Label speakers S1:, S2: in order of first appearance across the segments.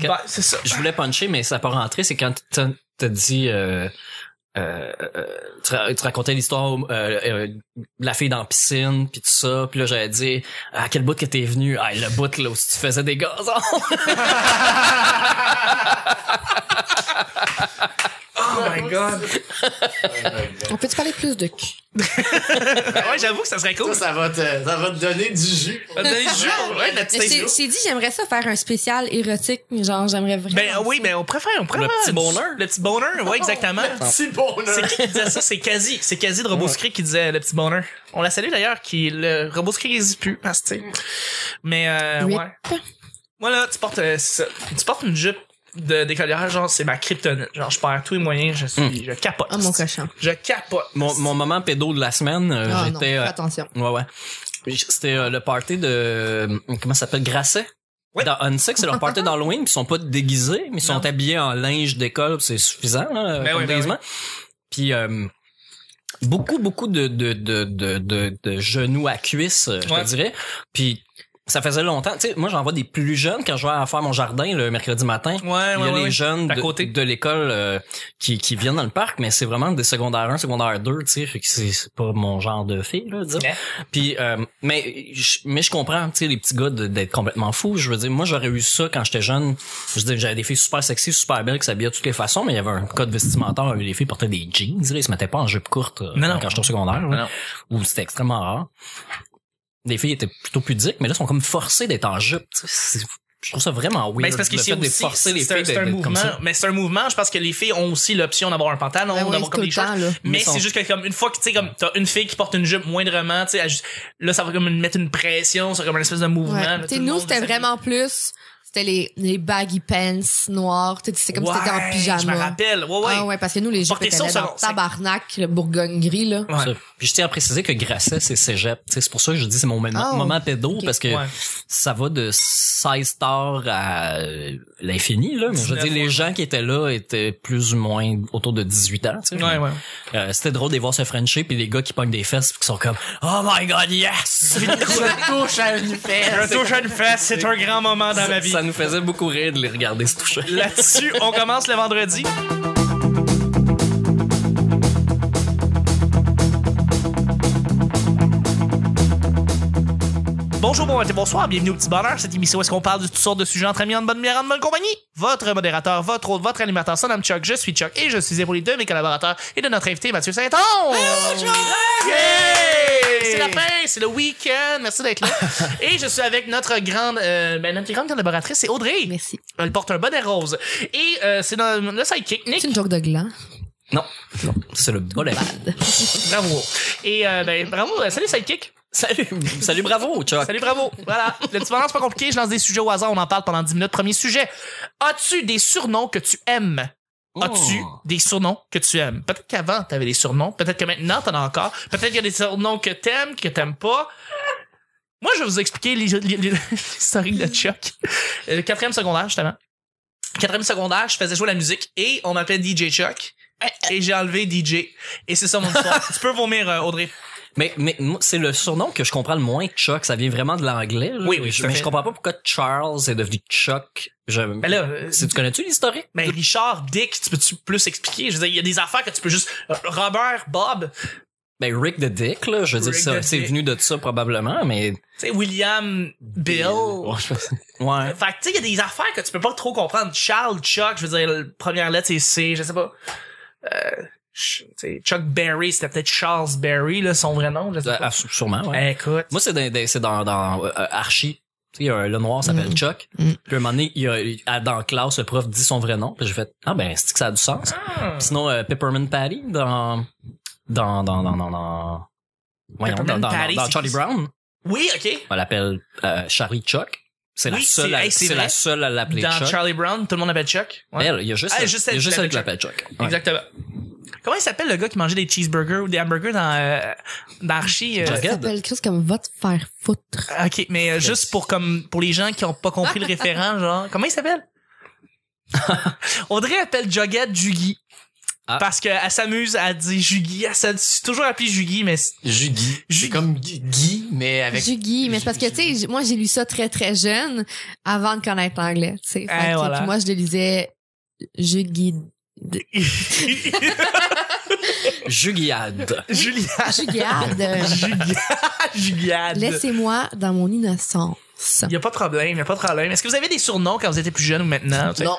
S1: quand-
S2: Bah, c'est ça.
S1: Je voulais puncher, mais ça n'a pas rentré. C'est quand t'as t'as dit... Euh, euh, euh, tu, ra- tu racontais l'histoire euh, euh, de la fille dans la piscine puis tout ça puis là j'avais dit à quel bout que t'es venu ah le bout là où tu faisais des gazons
S2: Oh my god.
S3: On peut-tu parler plus de cul?
S2: Ben ouais, j'avoue que ça serait cool.
S4: Ça, ça va te, ça va te donner du jus.
S2: Ça va te donner du jus, Ah ouais,
S4: Ah,
S2: de la petite
S3: Mais J'ai
S2: intro.
S3: j'ai dit, j'aimerais ça faire un spécial érotique. Genre, j'aimerais vraiment.
S2: Ben oui, mais on préfère, on préfère.
S1: petit
S2: du-
S1: bonheur.
S2: Le petit bonheur, ouais, exactement.
S4: Si bonheur.
S2: C'est qui qui disait ça? C'est quasi. C'est quasi de Roboscrit qui disait le petit bonheur. On la salue d'ailleurs, qui le Roboscrit n'existe plus, parce que, tu sais. Mais, euh,
S3: Rip.
S2: ouais. Moi, là, tu portes, euh, c'est ça. tu portes une jupe de décollière, genre, c'est ma kryptonite. Genre, je perds tous les moyens, je suis, je capote.
S3: Oh mon cochon.
S2: Je capote.
S1: mon, mon moment pédo de la semaine euh,
S3: Ah non,
S1: j'étais euh,
S3: attention.
S1: Ouais, ouais. C'était euh, le party de. euh, Comment ça s'appelle Grasset?
S2: Ouais.
S1: Dans Unsick, c'est leur party d'Halloween, puis ils sont pas déguisés, mais ils sont
S2: Non.
S1: habillés en linge d'école, puis c'est suffisant, là,
S2: Ben
S1: comme
S2: oui, ben
S1: déguisement. Puis, euh, beaucoup, beaucoup de, de, de, de, de, de genoux à cuisse, euh, je
S2: Ouais.
S1: te dirais. Puis, ça faisait longtemps. Tu sais, moi, j'en vois des plus jeunes quand je vais à faire mon jardin le mercredi matin.
S2: Ouais, ouais,
S1: Il y a
S2: ouais,
S1: les
S2: ouais.
S1: jeunes
S2: D'à
S1: de,
S2: côté.
S1: de l'école euh, qui, qui viennent dans le parc, mais c'est vraiment des secondaires 1, secondaire 2, tu sais, fait que c'est c'est pas mon genre de fille, là, disons.
S2: Ouais.
S1: Puis, euh, mais, je- mais je comprends, tu sais, les petits gars de- d'être complètement fous. Je veux dire, moi, j'aurais eu ça quand j'étais jeune. Je veux dire, j'avais des filles super sexy, super belles qui s'habillaient de toutes les façons, mais il y avait un code vestimentaire. Les filles portaient des jeans, là, ils se mettaient pas en jupe courte euh,
S2: Non, non.
S1: quand j'étais au secondaire, là,
S2: Non.
S1: où c'était extrêmement rare. Les filles étaient plutôt pudiques, mais là, sont comme forcées d'être en jupe. tu sais. C'est- Je trouve ça vraiment weird.
S2: Ben, c'est parce que
S1: le
S2: c'est
S1: fait de
S2: aussi,
S1: forcer les
S2: c'est un-
S1: filles
S2: c'est un
S1: d'être d'être comme
S2: mouvement,
S1: ça.
S2: mais c'est un mouvement, je pense que les filles ont aussi l'option d'avoir un pantalon,
S3: Ben oui,
S2: d'avoir
S3: tout
S2: comme des
S3: le temps,
S2: choses.
S3: là.
S2: Mais
S1: Mais
S2: c'est
S1: son-
S2: juste que comme une fois que tu sais comme t'as une fille qui porte une jupe moindrement, tu sais, elle juste- là ça va comme une- mettre une pression, c'est comme une espèce de mouvement.
S3: Ouais.
S2: là,
S3: T'sais,
S2: tout le
S3: nous,
S2: monde
S3: c'était
S2: s'habille.
S3: vraiment plus. C'était les, les baggy pants noirs. T'sais, C'est comme si t'étais en
S2: Ouais,
S3: pyjama.
S2: Je me rappelle. Ouais ouais.
S3: Ah ouais, parce que nous, les jupes
S2: Portez
S3: étaient
S2: ça au
S3: dans
S2: second, c'est-
S3: tabarnak, le bourgogne gris, là.
S2: Ouais.
S1: Ça. Puis je tiens à préciser que Grasset, c'est cégep. Tu sais, C'est pour ça que je dis c'est mon moment,
S3: Oh,
S1: moment pédo,
S3: ok.
S1: parce que
S2: Ouais.
S1: ça va de 16 stars à euh, l'infini. là. Mais je veux
S2: 19,
S1: dire, les
S2: ouais.
S1: gens qui étaient là étaient plus ou moins autour de 18 ans. tu sais.
S2: Ouais, ouais.
S1: Euh, C'était drôle de les voir se frencher, puis les gars qui pognent des fesses, puis qui sont comme « Oh my God, yes!
S4: Je touche à une fesse.
S2: Retour à une fesse, c'est un grand moment » dans ma vie.
S1: Ça nous faisait beaucoup rire de les regarder se toucher.
S2: Là-dessus, on commence le vendredi. Bonjour, bon matin, bonsoir, bienvenue au Petit Bonheur, cette émission où est-ce qu'on parle de toutes sortes de sujets entre amis, en bonne bière, en bonne compagnie. Votre modérateur, votre hôte, votre animateur, son nom Chuck, je suis Chuck et je suis épaulé de mes collaborateurs et de notre invité Mathieu Saint-Onge. Yeah! C'est la fin, c'est le week-end, merci d'être là. et je suis avec notre grande, euh, ben, notre grande collaboratrice, c'est Audrey.
S3: Merci.
S2: Elle porte un bonnet rose. Et euh, c'est dans le sidekick, Nick.
S3: C'est une joke de gland.
S1: Non, non, c'est le bon ami.
S2: Bravo. Et euh, ben, bravo. euh, Salut, sidekick.
S1: Salut, salut, bravo, Chuck.
S2: Salut, bravo. Voilà. Le petit moment, c'est pas compliqué. Je lance des sujets au hasard. On en parle pendant 10 minutes. Premier sujet. As-tu des surnoms que tu aimes? As-tu
S1: Oh.
S2: des surnoms que tu aimes? Peut-être qu'avant, t'avais des surnoms. Peut-être que maintenant, t'en as encore. Peut-être qu'il y a des surnoms que t'aimes, que t'aimes pas. Moi, je vais vous expliquer les- les- les- l'historique de Chuck. Euh, Le quatrième secondaire, justement. Quatrième secondaire, je faisais jouer la musique et on m'appelait DJ Chuck.
S1: Eh,
S2: Et j'ai enlevé DJ. Et c'est ça mon histoire. tu peux vomir, euh, Audrey.
S1: Mais, mais moi, c'est le surnom que je comprends le moins, Chuck. Ça vient vraiment de l'anglais. là.
S2: Oui, oui,
S1: Je-
S2: tout à
S1: Mais
S2: fait.
S1: je comprends pas pourquoi Charles est devenu Chuck. Je...
S2: Ben là, euh,
S1: C'est- tu connais-tu l'historique?
S2: Mais Ben, Richard, Dick, tu peux-tu plus expliquer? Je veux dire, il y a des affaires que tu peux juste... euh, Robert, Bob, tu
S1: Ben, Rick the Dick, là. Je veux dire,
S2: Rick
S1: ça,
S2: the
S1: c'est
S2: Dick.
S1: venu de ça probablement, mais. Euh,
S2: sais, William, Bill.
S1: Ouais.
S2: Fait que, tu sais, il y a des affaires que tu peux pas trop comprendre. Charles, Chuck, je veux dire, la première lettre, c'est C, je sais pas. Euh, ch- tu sais, Chuck Berry, c'était peut-être Charles Berry, là, son vrai nom, je sais
S1: Ah,
S2: pas.
S1: sûrement, ouais.
S2: Eh, écoute.
S1: Moi, c'est dans, dans- c'est dans, dans euh, euh, Archie. Tu sais, il y a un- le noir s'appelle
S3: Mm.
S1: Chuck.
S3: Mm.
S1: Puis, à un moment donné, il y a, il- à- dans la classe, le prof dit son vrai nom. Puis, j'ai fait, ah, ben, c'est que ça a du sens.
S2: Ah.
S1: Puis Sinon, euh, Peppermint Patty dans, dans, dans, dans, dans, dans, voyons,
S2: Peppermint
S1: dans, dans-
S2: Patty,
S1: dans
S2: c'est
S1: Charlie
S2: qui?
S1: Brown.
S2: Oui, OK.
S1: on l'appelle euh, Charlie Chuck. C'est la
S2: Oui,
S1: seule,
S2: c'est-
S1: à,
S2: hey, c'est
S1: c'est
S2: vrai.
S1: la seule à l'appeler
S2: Dans
S1: Chuck.
S2: Charlie Brown, tout le monde appelle Chuck. Ouais.
S1: Elle, il y a juste,
S2: Ah,
S1: elle-
S2: juste
S1: il y
S2: elle
S1: a
S2: qui
S1: juste elle qui
S2: l'appelle
S1: l'appelle Chuck. Ouais.
S2: Exactement. Comment il s'appelle le gars qui mangeait des cheeseburgers ou des hamburgers dans, euh, dans Archie? euh,
S1: Regarde.
S3: Ça s'appelle quelque chose comme va te faire foutre.
S2: Ok, mais euh, juste pour comme pour les gens qui ont pas compris le référent, genre comment il s'appelle Audrey appelle Jughead Juggy.
S1: Ah.
S2: Parce qu'elle s'amuse, elle dit Jugi, elle s'est c'est toujours appelée Jugi, mais c'est-
S4: Jugi.
S2: Jugi.
S4: C'est comme Guy- Guy, mais avec.
S3: Juggy, mais c'est parce que, tu sais, j- moi, j'ai lu ça très, très jeune, avant de connaître l'anglais, tu sais. Fait que,
S2: Eh, voilà.
S3: puis moi, je le lisais Juggy.
S1: Jugiade.
S2: Julia.
S3: Jugiade.
S2: Julia. Juliade.
S3: Laissez-moi dans mon innocence.
S2: Il y a pas de problème, il y a pas de problème. Est-ce que vous avez des surnoms quand vous étiez plus jeune ou maintenant tu sais?
S4: Non.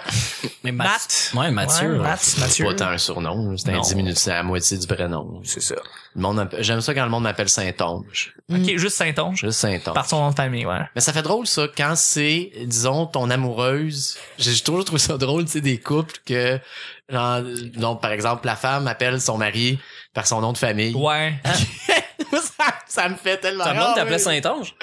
S1: Mais
S2: Matt.
S1: Ouais, Mathieu.
S2: Ouais,
S1: ouais.
S2: Matt, Mathieu.
S4: Pas tant un surnom, c'est un
S1: Non.
S4: 10 minutes, c'est la moitié du prénom.
S2: C'est ça.
S4: Le monde m'appelle- J'aime ça quand le monde m'appelle Saint-Onge.
S2: Ok, juste Saint-Onge.
S4: Juste Saint-Onge.
S2: Par son nom de famille, ouais.
S4: Mais ça fait drôle ça quand c'est disons ton amoureuse. J'ai j'ai toujours trouvé ça drôle, tu sais des couples que genre donc par exemple la femme appelle son mari par son nom de famille.
S2: Ouais.
S4: Moi, ça, ça me fait tellement
S1: Ta
S4: rire.
S2: Ah,
S1: blonde t'appelait Saint-Onge?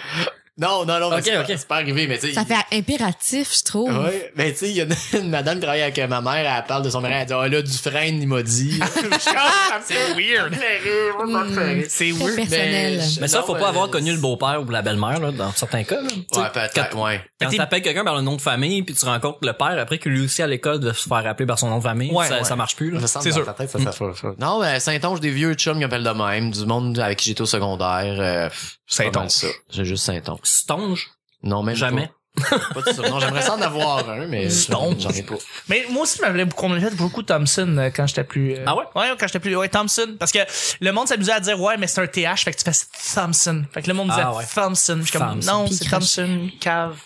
S4: Non non non, mais
S1: Ok,
S4: c'est pas-
S1: ok.
S4: c'est pas arrivé mais tu sais
S3: Ça fait impératif, je trouve.
S4: Ouais, mais tu sais, il y a une, une madame qui travaille avec ma mère, elle parle de son mari, elle dit Ah là, du frein, il m'a dit.
S3: Ah,
S2: C'est weird. C'est
S3: Hmm. Très
S2: weird.
S3: personnel.
S4: je-
S1: Mais ça,
S4: non,
S1: faut pas
S4: euh,
S1: avoir connu le beau-père ou la belle-mère, là, dans certains cas. là. Tu sais,
S4: Ouais, peut-être, ouais.
S1: Quand
S2: t'es-
S1: t'appelles quelqu'un par le nom de famille, puis tu rencontres le père après que lui aussi à l'école de se faire appeler par son nom de famille,
S2: Ouais,
S1: ça,
S2: ouais.
S1: ça marche plus. Là.
S4: Il me semble
S2: C'est
S4: dans
S2: sûr.
S4: ta tête, ça,
S3: Mmh,
S4: ça fait ça. Non, mais Saint-Onge, des vieux chums qui appellent de même, du monde avec qui j'étais au secondaire. euh, pff, c'est pas mal ça. J'ai juste Saint-Onge.
S1: Stonge?
S4: Non, même
S1: Jamais.
S4: Pas, pas de surnom. J'aimerais ça en avoir un, mais
S2: Stonge.
S4: j'en ai pas.
S2: Mais moi aussi, je m'appelais beaucoup, on m'appelait beaucoup Thompson euh, quand j'étais plus. euh,
S1: Ah ouais?
S2: Ouais, quand j'étais plus. Ouais, Thompson. Parce que le monde s'amusait à dire, ouais, mais c'est un TH, fait que tu fais Thompson. Fait que le monde disait
S1: Ah ouais.
S2: Thompson. Je suis comme,
S1: Thompson.
S2: non,
S3: Puis
S2: c'est
S3: crache.
S2: Thompson, cave.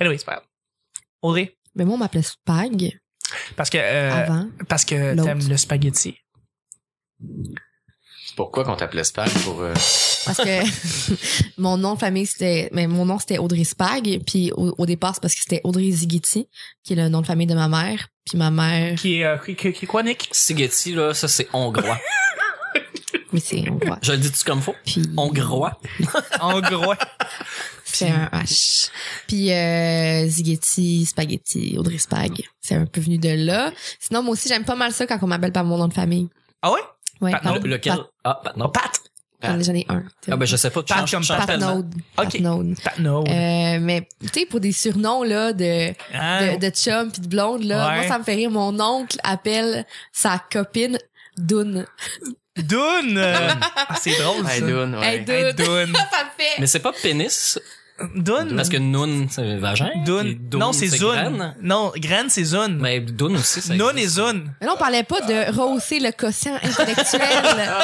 S2: Anyway, c'est pas grave. Audrey,
S3: Mais moi, on m'appelait Spag
S2: parce que, euh,
S3: avant.
S2: parce que
S3: l'autre.
S2: t'aimes le spaghetti.
S4: Pourquoi qu'on t'appelait Spag pour. euh,
S3: Parce que mon nom de famille, c'était. Mais mon nom, c'était Audrey Spag. Puis au, au départ, c'est parce que c'était Audrey Zighetti, qui est le nom de famille de ma mère. Puis ma mère.
S2: Qui est, euh, qui, qui- qui est quoi, Nick?
S1: Sigeti, là, ça, c'est hongrois.
S3: Mais c'est hongrois.
S1: Je le dis-tu comme faut?
S3: Puis.
S1: Hongrois?
S2: En gros.
S3: C'est un H. Puis euh, Zighetti, Spaghetti, Audrey Spag. C'est un peu venu de là. Sinon, moi aussi, j'aime pas mal ça quand on m'appelle par mon nom de famille.
S2: Ah ouais?
S3: Ouais,
S2: Pat-
S3: pardon.
S1: Le- lequel?
S3: Pat-
S1: Ah, bah non.
S2: Pat!
S3: J'en ai- j'en ai un.
S1: Ah, ben, je sais pas. tu
S2: Pat
S1: changes-
S2: comme
S1: tu changes
S3: Pat
S1: tellement. Oh.
S3: Node.
S2: Ok.
S3: Pat Node.
S2: Pat, no.
S3: Euh, mais tu sais pour des surnoms là de
S2: Hein?
S3: de, de chum puis de blonde là
S2: Ouais.
S3: moi ça me fait rire mon oncle appelle sa copine Dune
S2: Dune! euh, ah, c'est drôle, ça.
S4: Hey, Dune, ouais.
S3: Hey, Dune.
S2: Hey, Dune.
S3: ça me fait
S1: Mais c'est pas pénis,
S2: Dune.
S1: parce que noun, c'est vagin.
S2: Dune.
S1: puis
S2: Non, c'est Zune.
S1: graine.
S2: Non, graine, c'est Zune.
S1: Mais Dune aussi, ça
S2: Nun
S1: existe.
S2: et Zune.
S3: mais là on parlait pas de rehausser le quotient intellectuel
S4: Ah,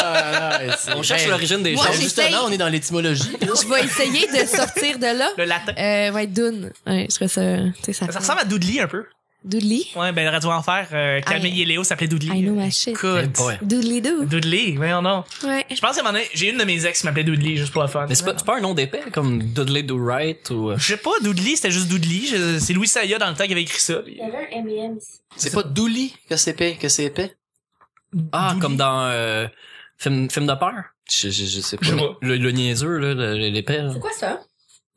S4: ah, c'est-
S1: On cherche
S4: ben,
S1: l'origine des
S3: Moi,
S1: choses.
S4: ben,
S3: j'essaye.
S4: Justement, on est dans l'étymologie.
S3: je vais essayer de sortir de là
S2: Le latin.
S3: euh, ouais Dune ouais je trouve ça tu sais ça,
S2: Ça ressemble à Doodly un peu.
S3: Doodly
S2: Ouais, ben Radio Enfer, euh, Camille
S3: I-
S2: et Léo s'appelaient Doodly.
S3: I know my shit
S1: Eh
S2: Écoute.
S1: boy.
S3: Doodly Doo
S2: Doodly, voyons non.
S3: ouais
S2: Je pense qu'à un moment donné, j'ai une de mes ex qui m'appelait Doodly juste pour la fun.
S1: Mais c'est pas, c'est pas un nom d'épais, comme Dudley Do Right ou... euh,
S2: Je sais pas, Doodly, c'était juste Doodly. Je- C'est Louis Saya dans le temps qui avait écrit ça. Puis-
S4: C'est pas douli que c'est épais, que c'est épais.
S1: Ah,
S2: Doodly.
S1: comme dans euh, film, film de peur.
S4: Je, je, je sais pas.
S2: Je sais pas.
S1: Le, le niaiseux, là, le- l'épais. là.
S3: quoi ça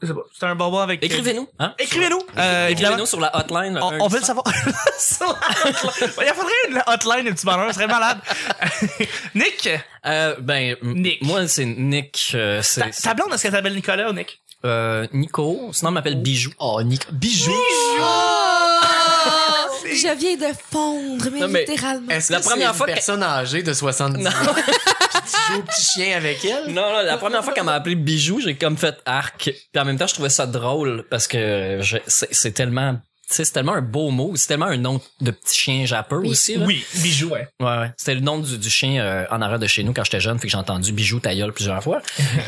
S2: Je sais pas. C'est un bonbon avec. euh,
S1: Écrivez-nous. Hein?
S2: Écrivez-nous. Euh, évidemment.
S1: Écrivez-nous sur la hotline. le
S2: On, on
S1: 1-800.
S2: veut le savoir. Sur la hotline. Il faudrait une hotline, un petit bonheur, ce serait malade. Nick,
S1: Euh, ben, m-
S2: Nick.
S1: moi, c'est Nick. euh,
S2: ta,
S1: c'est
S2: ta blonde, est-ce qu'elle t'appelle Nicolas ou Nick?
S1: euh, Nico. Sinon, on m'appelle Bijou.
S4: Oh, Nick. Bijoux.
S3: Oh, je viens de fondre mais,
S1: Non, mais-
S3: littéralement
S4: Est-ce que
S1: La
S4: c'est
S1: première
S4: une
S1: fois que-
S4: personne âgée de 70 ans qui joue au petit chien avec elle?
S1: Non, non, la première fois qu'elle m'a appelé Bijou, j'ai comme fait arc. Puis en même temps, je trouvais ça drôle parce que je- c'est c'est tellement... tu sais, C'est tellement un beau mot, c'est tellement un nom de petit chien japeux aussi. Là.
S2: Oui, bijoux, ouais.
S1: Ouais, ouais. C'était le nom du, du chien euh, en arrière de chez nous quand j'étais jeune, fait que j'ai entendu Bijou ta gueule plusieurs fois.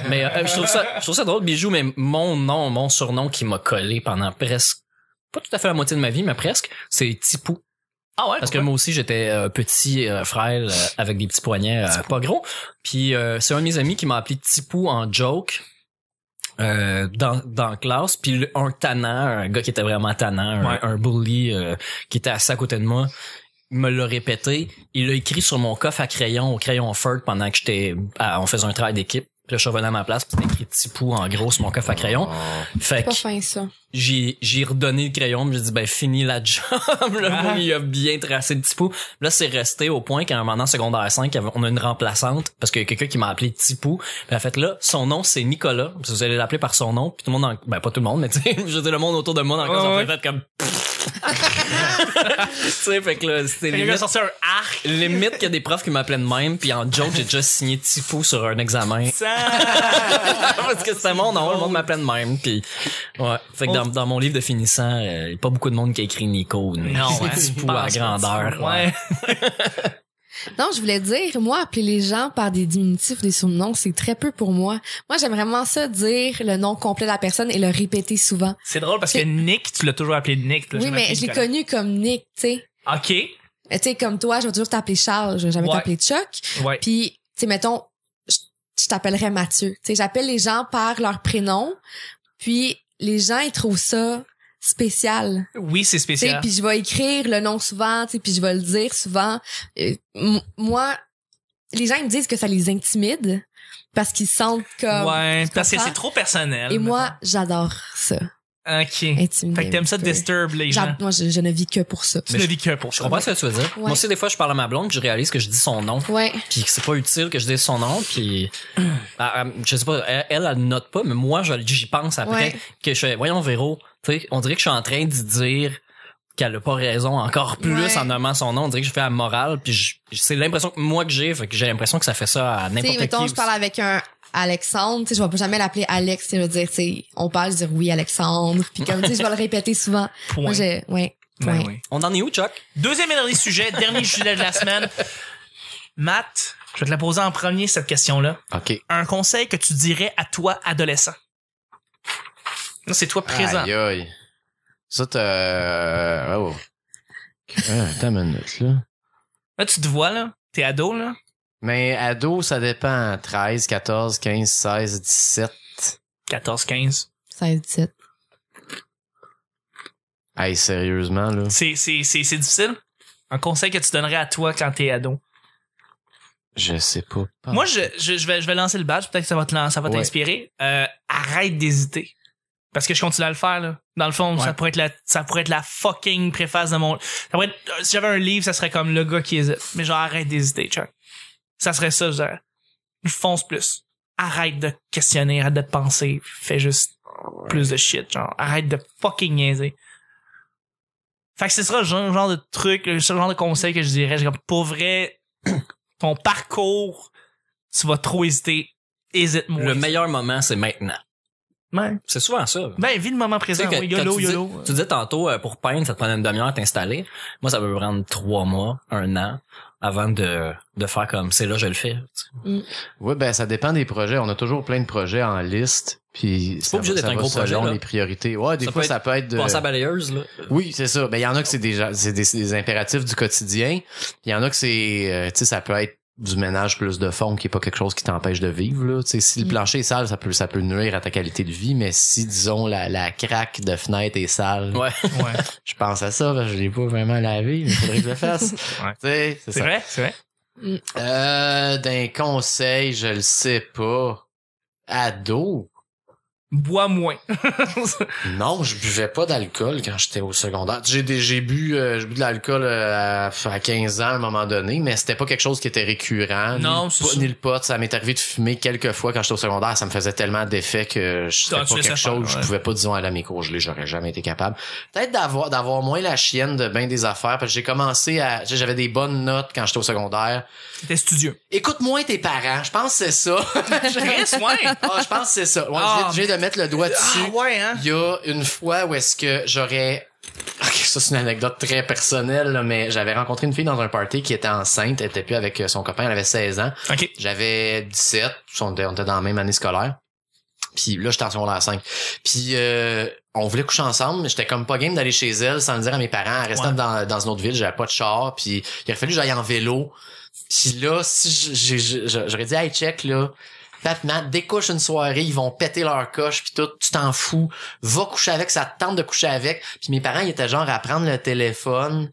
S1: mais euh, je trouve ça, je trouve ça drôle Bijou, mais mon nom, mon surnom qui m'a collé pendant presque, pas tout à fait la moitié de ma vie, mais presque, c'est Tipou.
S2: Ah ouais?
S1: Parce que moi aussi j'étais euh, petit euh, frêle euh, avec des petits poignets euh, pas gros. Puis euh, c'est un de mes amis qui m'a appelé Tipou en joke. euh, dans dans la classe puis le- un tannant un gars qui était vraiment tannant un,
S2: Ouais.
S1: un bully euh, qui était assis à côté de moi me l'a répété. Il l'a écrit sur mon coffre à crayon, au crayon Ford, pendant que j'étais, à- on faisait un travail d'équipe. Puis là, je suis revenu à ma place, puis c'était écrit Tipou en gros sur mon coffre à
S4: Ah.
S1: crayon.
S4: Oh,
S1: Fait que
S3: pas fin ça
S1: j'ai, j'ai redonné le crayon, puis j'ai dit, ben, fini la job. Là,
S2: Ah.
S1: il a bien tracé le Tipou. Là, c'est resté au point qu'à un moment donné, en secondaire 5, il y avait- on a une remplaçante, parce qu'il y a quelqu'un qui m'a appelé Tipou. Puis en fait, là, son nom, c'est Nicolas. Puis vous allez l'appeler par son nom, puis tout le monde, en- ben, pas tout le monde, mais tu sais, je veux dire, le monde autour de moi, dans le cas,
S2: Ouais,
S1: ça
S2: ouais.
S1: fait comme, tu sais, fait que là, c'était
S2: Il a
S1: limite,
S2: sorti un arc.
S1: limite qu'il y a des profs qui m'appelaient de même, puis en joke, j'ai déjà signé typo sur un examen. Parce que c'était mon nom, le monde m'appelait de même, puis ouais. Fait que dans, dans mon livre de finissant, euh, il y a pas beaucoup de monde qui a écrit Nico. mais
S2: Non, hein, ouais.
S1: typo à
S2: Pense-
S1: grandeur.
S2: Ouais.
S3: Non, je voulais dire, moi, appeler les gens par des diminutifs, des surnoms, c'est très peu pour moi. Moi, j'aime vraiment ça dire le nom complet de la personne et le répéter souvent.
S2: C'est drôle parce que Nick, tu l'as toujours appelé Nick. tu l'as
S3: oui,
S2: jamais
S3: mais
S2: appelé
S3: je l'ai
S2: Nicolas.
S3: connu comme Nick, tu sais.
S2: OK.
S3: Euh, Tu sais, comme toi, je vais toujours t'appeler Charles, je vais jamais
S2: Ouais.
S3: t'appeler Chuck.
S2: Ouais.
S3: Puis, tu sais, mettons, je, je t'appellerais Mathieu. Tu sais, j'appelle les gens par leur prénom, puis les gens, ils trouvent ça spécial.
S2: Oui, c'est
S3: Tu sais,
S2: spécial.
S3: puis je vais écrire le nom souvent, tu sais, puis je vais le dire souvent. Euh, m- moi, les gens ils me disent que ça les intimide parce qu'ils sentent comme.
S2: Ouais,
S3: euh, tu
S2: parce que
S3: comprends?
S2: c'est trop personnel.
S3: Et moi, j'adore ça,
S2: mettons. OK. Fait
S3: intimider.
S2: que t'aimes ça
S3: un peu.
S2: disturb les
S3: J'a-
S2: gens.
S3: Moi, je, je ne vis que pour ça.
S2: Tu ne vis que pour
S1: Je
S2: ça.
S1: comprends ce que tu veux dire.
S3: Ouais.
S1: Moi aussi, des fois, je parle à ma blonde, puis je réalise que je dis son nom,
S3: Ouais.
S1: puis que c'est pas utile que je dise son nom, puis Ah, ah, je sais pas, elle, elle, elle note pas, mais moi, je- j'y pense après
S3: Ouais.
S1: que je fais, voyons Véro, tu sais, on dirait que je suis en train d'y dire qu'elle a pas raison encore plus
S3: Ouais.
S1: en nommant son nom, on dirait que je fais la morale, puis je- c'est l'impression que moi que j'ai, fait que j'ai l'impression que ça fait ça à
S3: Tu sais,
S1: n'importe qui.
S3: mettons, je
S1: aussi.
S3: parle avec un Alexandre, tu sais, je vais pas jamais l'appeler Alex, tu sais, je veux dire, tu sais, on parle, je vais dire oui, Alexandre, puis comme, tu sais, je vais le répéter souvent. Moi,
S2: Point.
S3: j'ai, ouais,
S2: Ben
S3: point.
S2: oui.
S1: On en est où, Chuck?
S2: Deuxième et dernier sujet, dernier sujet de la semaine. Matt, je vais te la poser en premier, cette question-là.
S4: OK.
S2: Un conseil que tu dirais à toi, adolescent. Non, c'est toi présent.
S4: Aïe, aïe. Ça, t'as... Oh. Ah, attends une minute, là.
S2: Là, tu te vois, là. T'es ado, là.
S4: Mais ado, ça dépend. 13, 14, 15, 16, 17.
S2: 14, 15.
S3: 16, 17.
S4: Hey, sérieusement, là.
S2: C'est, c'est, c'est, c'est difficile. Un conseil que tu donnerais à toi quand t'es ado.
S4: Je sais pas.
S2: Moi, je, je, je vais, je vais lancer le badge. Peut-être que ça va, te, lan- ça va
S4: Ah. Ouais.
S2: t'inspirer. Euh, arrête d'hésiter. Parce que je continue à le faire, là. Dans le fond, ça, pourrait être la, ça pourrait être la fucking préface de mon. Ça pourrait être- euh, si j'avais un livre, ça serait comme le gars qui hésite. Mais genre, arrête d'hésiter, Chuck. Ça serait ça, je dirais. Je fonce plus. Arrête de questionner, arrête de penser. Fais juste plus de shit, genre. Arrête de fucking niaiser. Fait que c'est ça le genre, genre de truc, le genre de conseil que je dirais. J'ai comme, pour vrai, ton parcours, tu vas trop hésiter. Hésite moins.
S1: Le meilleur moment, c'est maintenant.
S2: Ouais.
S1: C'est souvent ça.
S2: Ben, vis le moment présent.
S1: Tu sais,
S2: oui,
S1: quand-
S2: yolo,
S1: quand tu dis-
S2: yolo.
S1: Tu disais tantôt, euh, pour peindre, ça te prenait une demi-heure à t'installer. Moi, ça peut me prendre trois mois, un an, avant de, de faire comme c'est là, je le fais.
S4: Oui, ben ça dépend des projets. On a toujours plein de projets en liste. Puis c'est
S1: obligé d'être un gros projet, là.
S4: les priorités. Ouais, des
S1: Ça
S4: fois
S1: peut
S4: ça peut être de.
S1: Passer à balayeuse, là.
S4: Oui, c'est ça. Ben il y en a que c'est des, gens- c'est des, c'est des impératifs du quotidien. Il y en a que c'est, euh, tu sais, ça peut être du ménage plus de fond qui est pas quelque chose qui t'empêche de vivre là. Tu sais, si le
S3: Mm.
S4: plancher est sale, ça peut ça peut nuire à ta qualité de vie. Mais si disons la la craque de fenêtre est sale,
S1: Ouais.
S2: Ouais.
S4: je pense à ça. parce que je l'ai pas vraiment lavé, mais faudrait que je le fasse.
S2: Ouais.
S4: Tu sais, c'est
S2: C'est
S4: ça.
S2: vrai, c'est vrai.
S4: Euh, d'un conseil, je le sais pas. Ado.
S2: Bois moins.
S4: Non, je buvais pas d'alcool quand j'étais au secondaire. J'ai des- j'ai bu euh, j'ai bu de l'alcool euh, à, à 15 ans à un moment donné, mais c'était pas quelque chose qui était récurrent. Ni
S2: Non,
S4: le
S2: c'est
S4: pot-
S2: ça.
S4: ni le pot, ça m'est arrivé de fumer quelques fois quand j'étais au secondaire, ça me faisait tellement d'effet que je
S2: Ah,
S4: c'était
S2: tu
S4: pas
S2: laissais
S4: quelque
S2: faire,
S4: chose, je
S2: ouais.
S4: pouvais pas disons aller à mes cours gelés, j'aurais jamais été capable. Peut-être d'avoir d'avoir moins la chienne de bien des affaires parce que j'ai commencé à tu sais, j'avais des bonnes notes quand j'étais au secondaire.
S2: T'es studieux.
S4: Écoute moins tes parents, je pense que c'est ça.
S2: Chris, ouais.
S4: Ah, je pense que c'est ça. Ouais,
S2: Ah,
S4: j'ai j'ai de mettre le doigt dessus.
S2: Ah, ouais, hein.
S4: Il y a une fois où est-ce que j'aurais... Ok, ça, c'est une anecdote très personnelle, là, mais j'avais rencontré une fille dans un party qui était enceinte. Elle était plus avec euh, son copain. Elle avait 16 ans.
S2: OK.
S4: J'avais 17. On était, on était dans la même année scolaire. Puis là, j'étais en secondaire 5. Puis euh, on voulait coucher ensemble, mais j'étais comme pas game d'aller chez elle sans le dire à mes parents. En restant
S2: Ouais.
S4: dans, dans une autre ville, j'avais pas de char. Puis il aurait fallu que j'aille en vélo. Puis là, si j- j'ai- j'ai- j'aurais dit « Hey, check, là. Maintenant, découche une soirée, ils vont péter leur coche puis tout, tu t'en fous. Va coucher avec, ça te tente de coucher avec. » Puis mes parents, ils étaient genre à prendre le téléphone.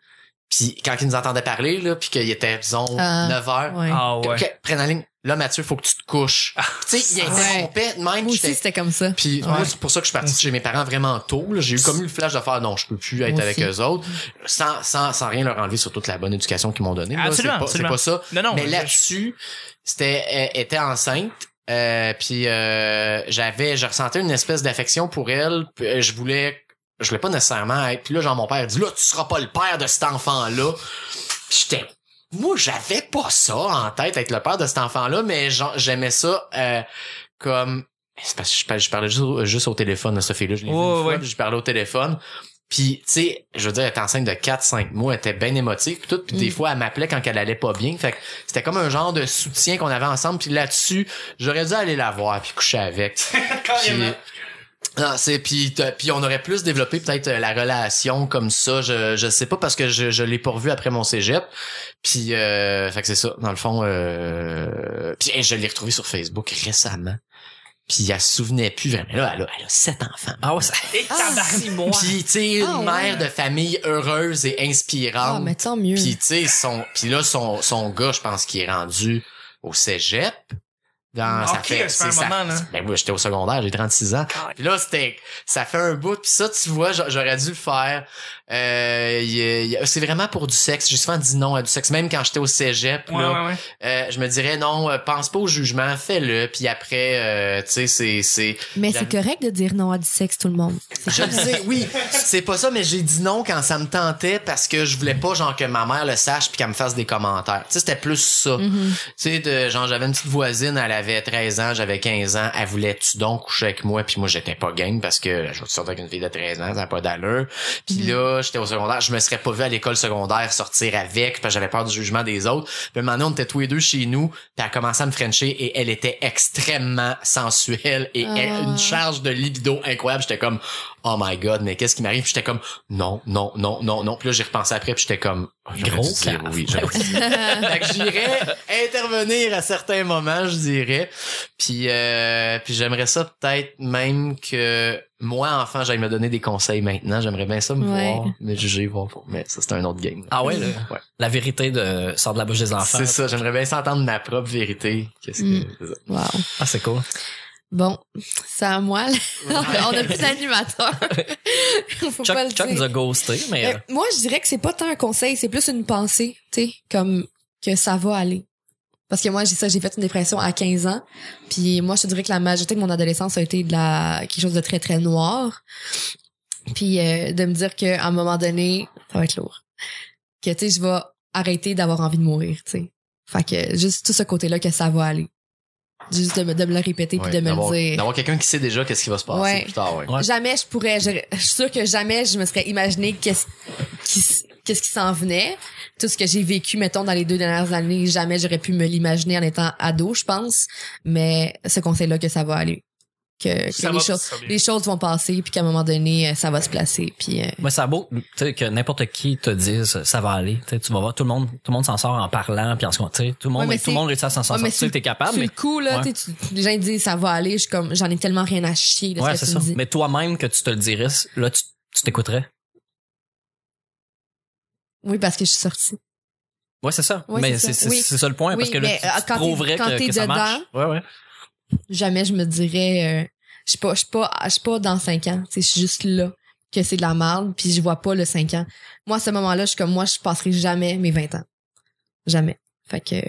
S4: Puis quand ils nous entendaient parler, là, puis qu'il était, disons,
S3: Ah,
S4: 9 heures,
S3: Ouais.
S2: Ah, ouais.
S4: Ok, prenne la ligne. Là, Mathieu, faut que tu te couches. tu sais, il
S3: Ouais.
S4: interrompait de même.
S3: Moi aussi,
S4: j'étais-
S3: c'était comme ça.
S4: Puis moi,
S2: Ouais.
S4: c'est pour ça que je suis parti de chez mes parents vraiment tôt. là. J'ai eu comme eu le flash de faire non, je peux plus être
S3: Moi
S4: avec
S3: aussi.
S4: eux autres, sans, sans, sans rien leur enlever sur toute la bonne éducation qu'ils m'ont donnée. là.
S2: Absolument,
S4: C'est pas- C'est
S2: absolument.
S4: pas ça.
S2: Non, non.
S4: Mais
S2: je-
S4: là-dessus, c'était elle était enceinte. euh, puis euh, j'avais je ressentais une espèce d'affection pour elle puis, euh, je voulais je voulais pas nécessairement être. Puis là, genre, mon père dit, là, tu seras pas le père de cet enfant-là. Puis j'étais, moi, j'avais pas ça en tête, être le père de cet enfant-là, mais genre, j'aimais ça euh, comme... C'est parce que je parlais, je parlais juste, au- juste au téléphone à ce fille-là. Je l'ai vu
S2: Ouais,
S4: une fois,
S2: ouais.
S4: puis je parlais au téléphone. Puis, tu sais, je veux dire, elle était enceinte de 4-5 mois, elle était bien émotive, puis tout. Puis des
S3: Mm.
S4: fois, elle m'appelait quand elle allait pas bien. Fait que c'était comme un genre de soutien qu'on avait ensemble. Puis là-dessus, j'aurais dû aller la voir, puis coucher avec.
S5: Carrément.
S4: Puis- Non, c'est puis t'as- puis on aurait plus développé peut-être euh, la relation comme ça, je je sais pas parce que je je l'ai pas revu après mon cégep. Puis euh, fait que c'est ça dans le fond euh, puis hey, je l'ai retrouvé sur Facebook récemment. Puis elle se souvenait plus vraiment là elle a, elle a sept enfants.
S1: Ah ouais, ça...
S2: Et tabarnak.
S4: Puis tu sais une
S3: Ah, ouais.
S4: mère de famille heureuse et inspirante.
S3: Ah, mais tant mieux.
S4: Puis tu sais son puis là son son gars je pense qu'il est rendu au cégep dans
S2: Ok,
S4: Ah, ça fait
S2: ça fait un
S4: c'est
S2: moment, là.
S4: ben oui, j'étais au secondaire, j'ai 36 ans.
S2: Ah
S4: Puis là c'était ça fait un bout puis ça tu vois j'a- j'aurais dû le faire. Euh, il y a- il y a- c'est vraiment pour du sexe, j'ai souvent dit non à du sexe même quand j'étais au cégep
S2: Ouais,
S4: là.
S2: ouais, ouais.
S4: Euh, je me dirais non, euh, pense pas au jugement, fais-le puis après euh, tu sais c'est c'est
S3: Mais
S4: la-
S3: c'est correct de dire non à du sexe, tout le monde. C'est
S4: je le
S3: correct.
S4: sais, oui, c'est pas ça, mais j'ai dit non quand ça me tentait parce que je voulais pas genre que ma mère le sache puis qu'elle me fasse des commentaires. Tu sais, c'était plus ça.
S3: Mhm.
S4: Tu sais, de- genre j'avais une petite voisine, elle avait 13 ans, j'avais 15 ans, elle voulait tu donc coucher avec moi puis moi j'étais pas game parce que je sortais avec une fille de 13 ans, ça n'a pas d'allure. Puis
S3: Mhm.
S4: là, j'étais au secondaire, je me serais pas vu à l'école secondaire sortir avec parce que j'avais peur du jugement des autres. Puis maintenant on était tous les deux chez nous, puis elle a commencé à me frencher et elle était extrêmement sensuelle et
S3: Ah.
S4: elle- une charge de libido incroyable, j'étais comme oh my god, mais qu'est-ce qui m'arrive? Puis j'étais comme non, non, non, non, non. Puis là j'ai repensé après, puis j'étais comme oh, j'aurais
S1: Gros
S4: dû dire
S1: cave.
S4: oui, j'aurais dû fait que j'irais intervenir à certains moments, je dirais. Puis, euh, puis j'aimerais ça peut-être même que moi, enfant, j'aille me donner des conseils maintenant. J'aimerais bien ça me
S3: Ouais.
S4: voir, me juger, voir. pour- Mais ça, c'est un autre game. là.
S1: Ah ouais, là.
S4: Ouais.
S1: La vérité de... sort de la bouche des enfants.
S4: C'est ça, j'aimerais bien s'entendre ma propre vérité. Qu'est-ce que
S3: Mm.
S4: c'est ça.
S3: Wow.
S1: Ah, c'est cool.
S3: Bon, c'est à moi. là. On a plus d'animateur. Faut pas le
S1: Chuck, Chuck
S3: dire.
S1: nous a ghosté, mais...
S3: Euh, moi, je dirais que c'est pas tant un conseil, c'est plus une pensée, tu sais, comme que ça va aller. Parce que moi, j'ai ça, j'ai fait une dépression à 15 ans. Puis moi, je te dirais que la majorité de mon adolescence a été de la quelque chose de très très noir. Puis euh, de me dire que à un moment donné, ça va être lourd. Que tu sais, je vais arrêter d'avoir envie de mourir, tu sais. Fait que juste tout ce côté-là que ça va aller. Juste de me, de me le répéter puis
S4: Ouais,
S3: de me
S4: d'avoir-
S3: le dire.
S4: D'avoir quelqu'un qui sait déjà qu'est-ce qui va se passer
S3: Ouais.
S4: plus tard, ouais.
S1: Ouais.
S3: Jamais je pourrais, je, je suis sûre que jamais je me serais imaginé qu'est-ce qui, s- qu'est-ce qui s'en venait. Tout ce que j'ai vécu, mettons, dans les deux dernières années, jamais j'aurais pu me l'imaginer en étant ado, je pense. Mais ce conseil-là que ça va aller. Que, que
S2: Ça
S3: les,
S2: va,
S3: choses,
S2: ça va bien.
S3: les choses vont passer, puis qu'à un moment donné, euh, ça va se placer. Puis, euh,
S1: Mais ça beau tu sais, que n'importe qui te dise ça va aller. Tu sais, tu vas voir tout le monde, tout le monde s'en sort en parlant puis en se tu sais, tout le monde,
S3: Ouais, mais
S1: tout le
S3: c'est-
S1: monde réussit à s'en
S3: ouais, mais
S1: sortir.
S3: c'est-
S1: T'es capable,
S3: sur
S1: mais
S3: le coup, là,
S1: ouais.
S3: tu sais, tu- les gens disent ça va aller, je suis comme, j'en ai tellement rien à chier de
S1: ouais,
S3: ce
S1: c'est
S3: que tu
S1: ça.
S3: me dis.
S1: Mais toi-même que tu te le dirais, là, tu tu t'écouterais.
S3: Oui, parce que je suis sortie.
S1: Ouais, c'est ça.
S3: Ouais,
S1: mais
S3: c'est
S1: c'est
S3: ça.
S1: c'est-
S3: Oui.
S1: c'est ça le point
S3: Oui,
S1: parce que là,
S3: mais,
S1: tu,
S3: euh,
S1: tu
S3: quand t'es-
S1: prouverais
S3: quand
S1: que,
S3: t'es
S1: que ça
S3: dedans,
S1: marche. Ouais, ouais.
S3: Jamais je me dirais, euh, je suis pas, je suis pas, je suis pas dans cinq ans. Tu sais, Je suis juste là. que c'est de la merde, puis je vois pas le 5 ans. Moi, à ce moment-là, je suis comme moi, je passerai jamais mes 20 ans. Jamais. Fait que.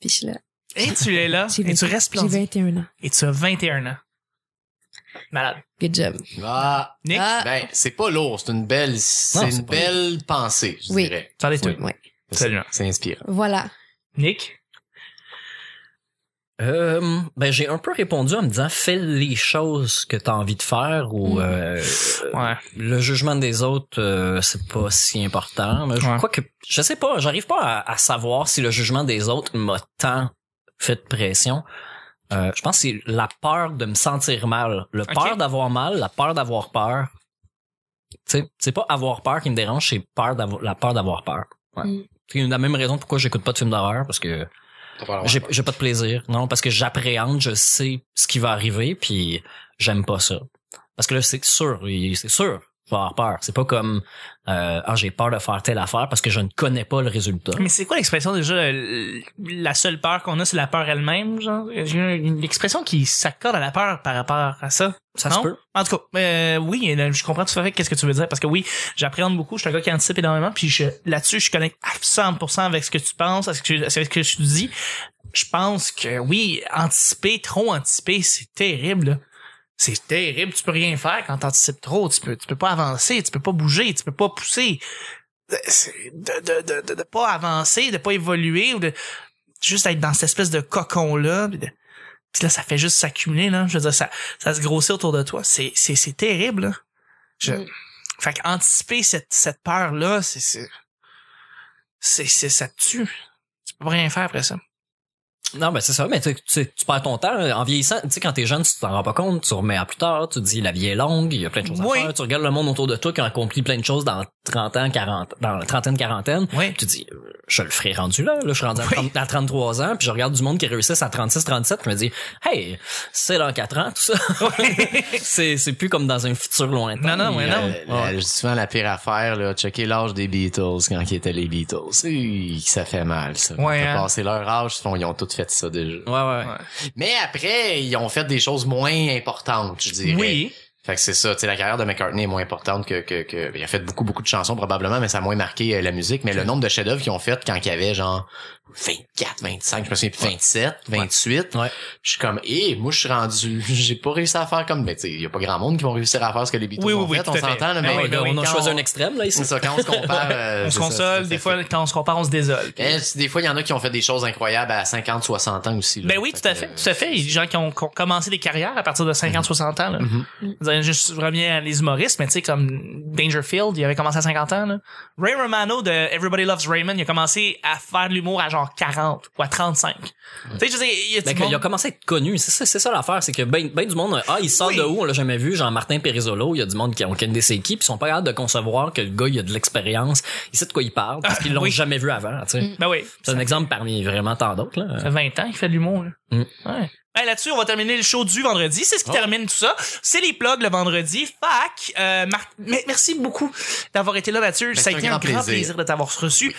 S3: Puis je suis là.
S2: Et tu es là.
S3: J'ai
S2: Et tu
S3: vingt- J'ai
S2: resplendis.
S3: 21 ans.
S2: Et tu as 21 ans. Malade.
S3: Good job.
S4: Ah,
S2: Nick,
S3: Ah,
S4: ben, c'est pas lourd, c'est une belle, c'est
S1: Non, c'est
S4: une
S1: pas-
S4: belle pensée, je
S3: Oui.
S4: dirais.
S2: ça l'est
S1: Ben,
S2: tout.
S3: Ouais.
S2: Absolument.
S4: C'est inspirant.
S3: Voilà.
S2: Nick,
S1: Euh, ben j'ai un peu répondu en me disant fais les choses que t'as envie de faire ou
S3: Mm.
S1: euh,
S2: ouais.
S1: le jugement des autres euh, c'est pas si important mais je
S2: Ouais.
S1: crois que je sais pas j'arrive pas à, à savoir si le jugement des autres m'a tant fait de pression Euh, je pense que c'est la peur de me sentir mal le
S2: Ok.
S1: peur d'avoir mal la peur d'avoir peur tu sais c'est pas avoir peur qui me dérange c'est peur d'avoir la peur d'avoir peur ouais.
S3: Mm.
S1: c'est une la même raison pourquoi j'écoute pas de films d'horreur parce que
S4: T'as
S2: Ah
S4: pas l'air
S1: j'ai j'ai pas de plaisir, non, parce que j'appréhende, je sais ce qui va arriver, puis j'aime pas ça. Parce que là, c'est sûr, il- c'est sûr, je vais avoir peur. C'est pas comme euh, ah j'ai peur de faire telle affaire parce que je ne connais pas le résultat.
S2: Mais c'est quoi l'expression déjà euh, La seule peur qu'on a, c'est la peur elle-même. genre? J'ai une une expression qui s'accorde à la peur par rapport à ça.
S1: Ça
S2: non?
S1: se peut.
S2: En tout cas, euh, oui, euh, je comprends tout à fait qu'est-ce que tu veux dire parce que oui, j'appréhende beaucoup. Je suis un gars qui anticipe énormément, puis je- là-dessus, je connecte à 100% avec ce que tu penses, avec ce que, avec ce que tu dis. Je pense que oui, anticiper, trop anticiper, c'est terrible. là. C'est terrible, tu peux rien faire quand t'anticipes trop, tu peux, tu peux pas avancer, tu peux pas bouger, tu peux pas pousser. Euh, C'est De, de, de, de, de pas avancer, de pas évoluer, ou de juste être dans cette espèce de cocon-là, puis de- puis là, ça fait juste s'accumuler, là. Je veux dire, ça, ça se grossit autour de toi. C'est, c'est, c'est terrible, là. Je...
S3: Mm.
S2: Fait qu'anticiper cette, cette peur-là, c'est, c'est, c'est, c'est- ça te tue. Tu peux rien faire après ça.
S1: Non, mais c'est ça, mais tu, tu, tu perds ton temps. euh, En vieillissant, tu sais, quand t'es jeune, tu t'en rends pas compte, tu remets à plus tard, tu te dis la vie est longue, il y a plein de choses
S2: Oui.
S1: à faire, tu regardes le monde autour de toi qui a accompli plein de choses dans 30 ans, 40, dans la trentaine, quarantaine,
S2: Oui.
S1: tu te dis, euh, je le ferai rendu là, là, je suis rendu à, 30 à 33 ans, puis je regarde du monde qui réussissent à 36, 37, je me dis, hey, c'est dans 4 ans, tout ça. c'est, c'est plus comme dans un futur lointain.
S2: Non, non, ouais,
S1: Et,
S2: non.
S1: euh,
S4: La- la- Je dis souvent la pire affaire, là, checker l'âge des Beatles quand ils étaient les Beatles. Hi, Ça fait mal, ça.
S2: Ouais,
S4: Ils ont
S2: hein.
S4: passé leur âge, ils font- ils ont tous fait ça déjà.
S1: Ouais, ouais.
S2: Ouais.
S4: Mais après, ils ont fait des choses moins importantes, je dirais.
S2: Oui.
S4: Fait que c'est ça, tu sais, la carrière de McCartney est moins importante que, que, que- il a fait beaucoup, beaucoup de chansons probablement, mais ça a moins marqué euh, la musique. Mais le nombre de chefs-d'œuvre qu'ils ont fait quand il y avait genre 24, 25, je me souviens plus, 27, 28.
S1: Ouais.
S4: Je suis comme, hé, moi, je suis rendu, j'ai pas réussi à faire comme, mais tu sais, il y a pas grand monde qui vont réussir à faire ce que les Beatles
S2: Oui, oui,
S4: ont
S2: oui,
S4: fait,
S2: tout
S4: on
S2: à fait.
S4: s'entend, là,
S2: Ah
S4: mais
S2: oui,
S1: Ouais, là, Eh ben, on a
S4: quand
S1: choisi
S4: on-
S1: un extrême, là, ici.
S4: C'est ça, quand on se compare,
S2: on
S4: euh,
S2: se
S4: c'est ça,
S2: console,
S4: ça
S2: des
S4: fait-
S2: fois, quand on se compare, on se désole.
S4: Eh, c'est- des fois, il y en a qui ont fait des choses incroyables à 50, 60 ans aussi. là.
S2: Ben oui, tout à
S4: que, euh,
S2: fait, tout à fait. Il y a des gens qui ont, qui ont commencé des carrières à partir de 50, 60 ans, là.
S4: Mhm.
S2: Je veux dire, Je reviens à les humoristes, mais tu sais, comme Dangerfield, il avait commencé à 50 ans, là. Ray Romano de Everybody Loves Raymond, il a commencé à faire de l'humour à genre 40 ou à 35. Tu sais, je veux dire, il y a du
S1: Ben, qu'il
S2: monde-
S1: a commencé à être connu. C'est ça, c'est ça l'affaire. C'est que ben, ben du monde, euh, ah, il sort
S2: Oui.
S1: de où? On l'a jamais vu. Jean-Martin Périsolo, il y a du monde qui ont aucune idée c'est qui, puis ils sont pas capables de concevoir que le gars, il a de l'expérience. Il sait de quoi il parle, parce qu'ils l'ont
S2: Ah, Oui.
S1: jamais vu avant, tu sais.
S2: Ben oui.
S1: C'est un exemple parmi vraiment tant d'autres, là.
S2: Ça fait 20 ans qu'il fait de l'humour, là.
S1: Mm.
S2: Ouais. Ben là-dessus, on va terminer le show du vendredi. C'est ce qui
S4: Oh.
S2: termine tout ça. C'est les plugs le vendredi. Fac, euh, Mar- mais- merci beaucoup d'avoir été là, Mathieu. ça a
S4: Ben, c'est
S2: été
S4: un
S2: un
S4: grand
S2: grand plaisir,
S4: plaisir
S2: de t'avoir reçu.